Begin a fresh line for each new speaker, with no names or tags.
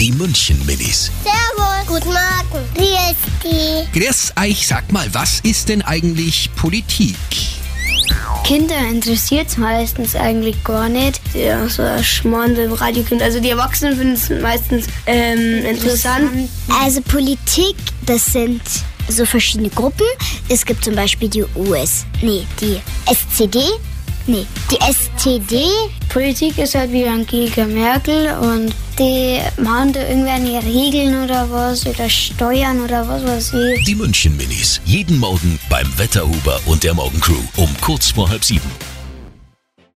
Die München Minis.
Servus. Guten Morgen. Wie ist die?
Grüß euch, ah, sag mal, was ist denn eigentlich Politik?
Kinder interessiert es meistens eigentlich gar nicht. Ja, so ein Schmarrn so im Radio kommt. Also die Erwachsenen finden es meistens ähm, interessant.
Also Politik, das sind so verschiedene Gruppen. Es gibt zum Beispiel die US, nee, die SCD, nee, die STD.
Politik ist halt wie Angelika Merkel und die machen da irgendwelche Regeln oder was oder Steuern oder was weiß ich.
Die München Minis. Jeden Morgen beim Wetterhuber und der Morgencrew um kurz vor halb sieben.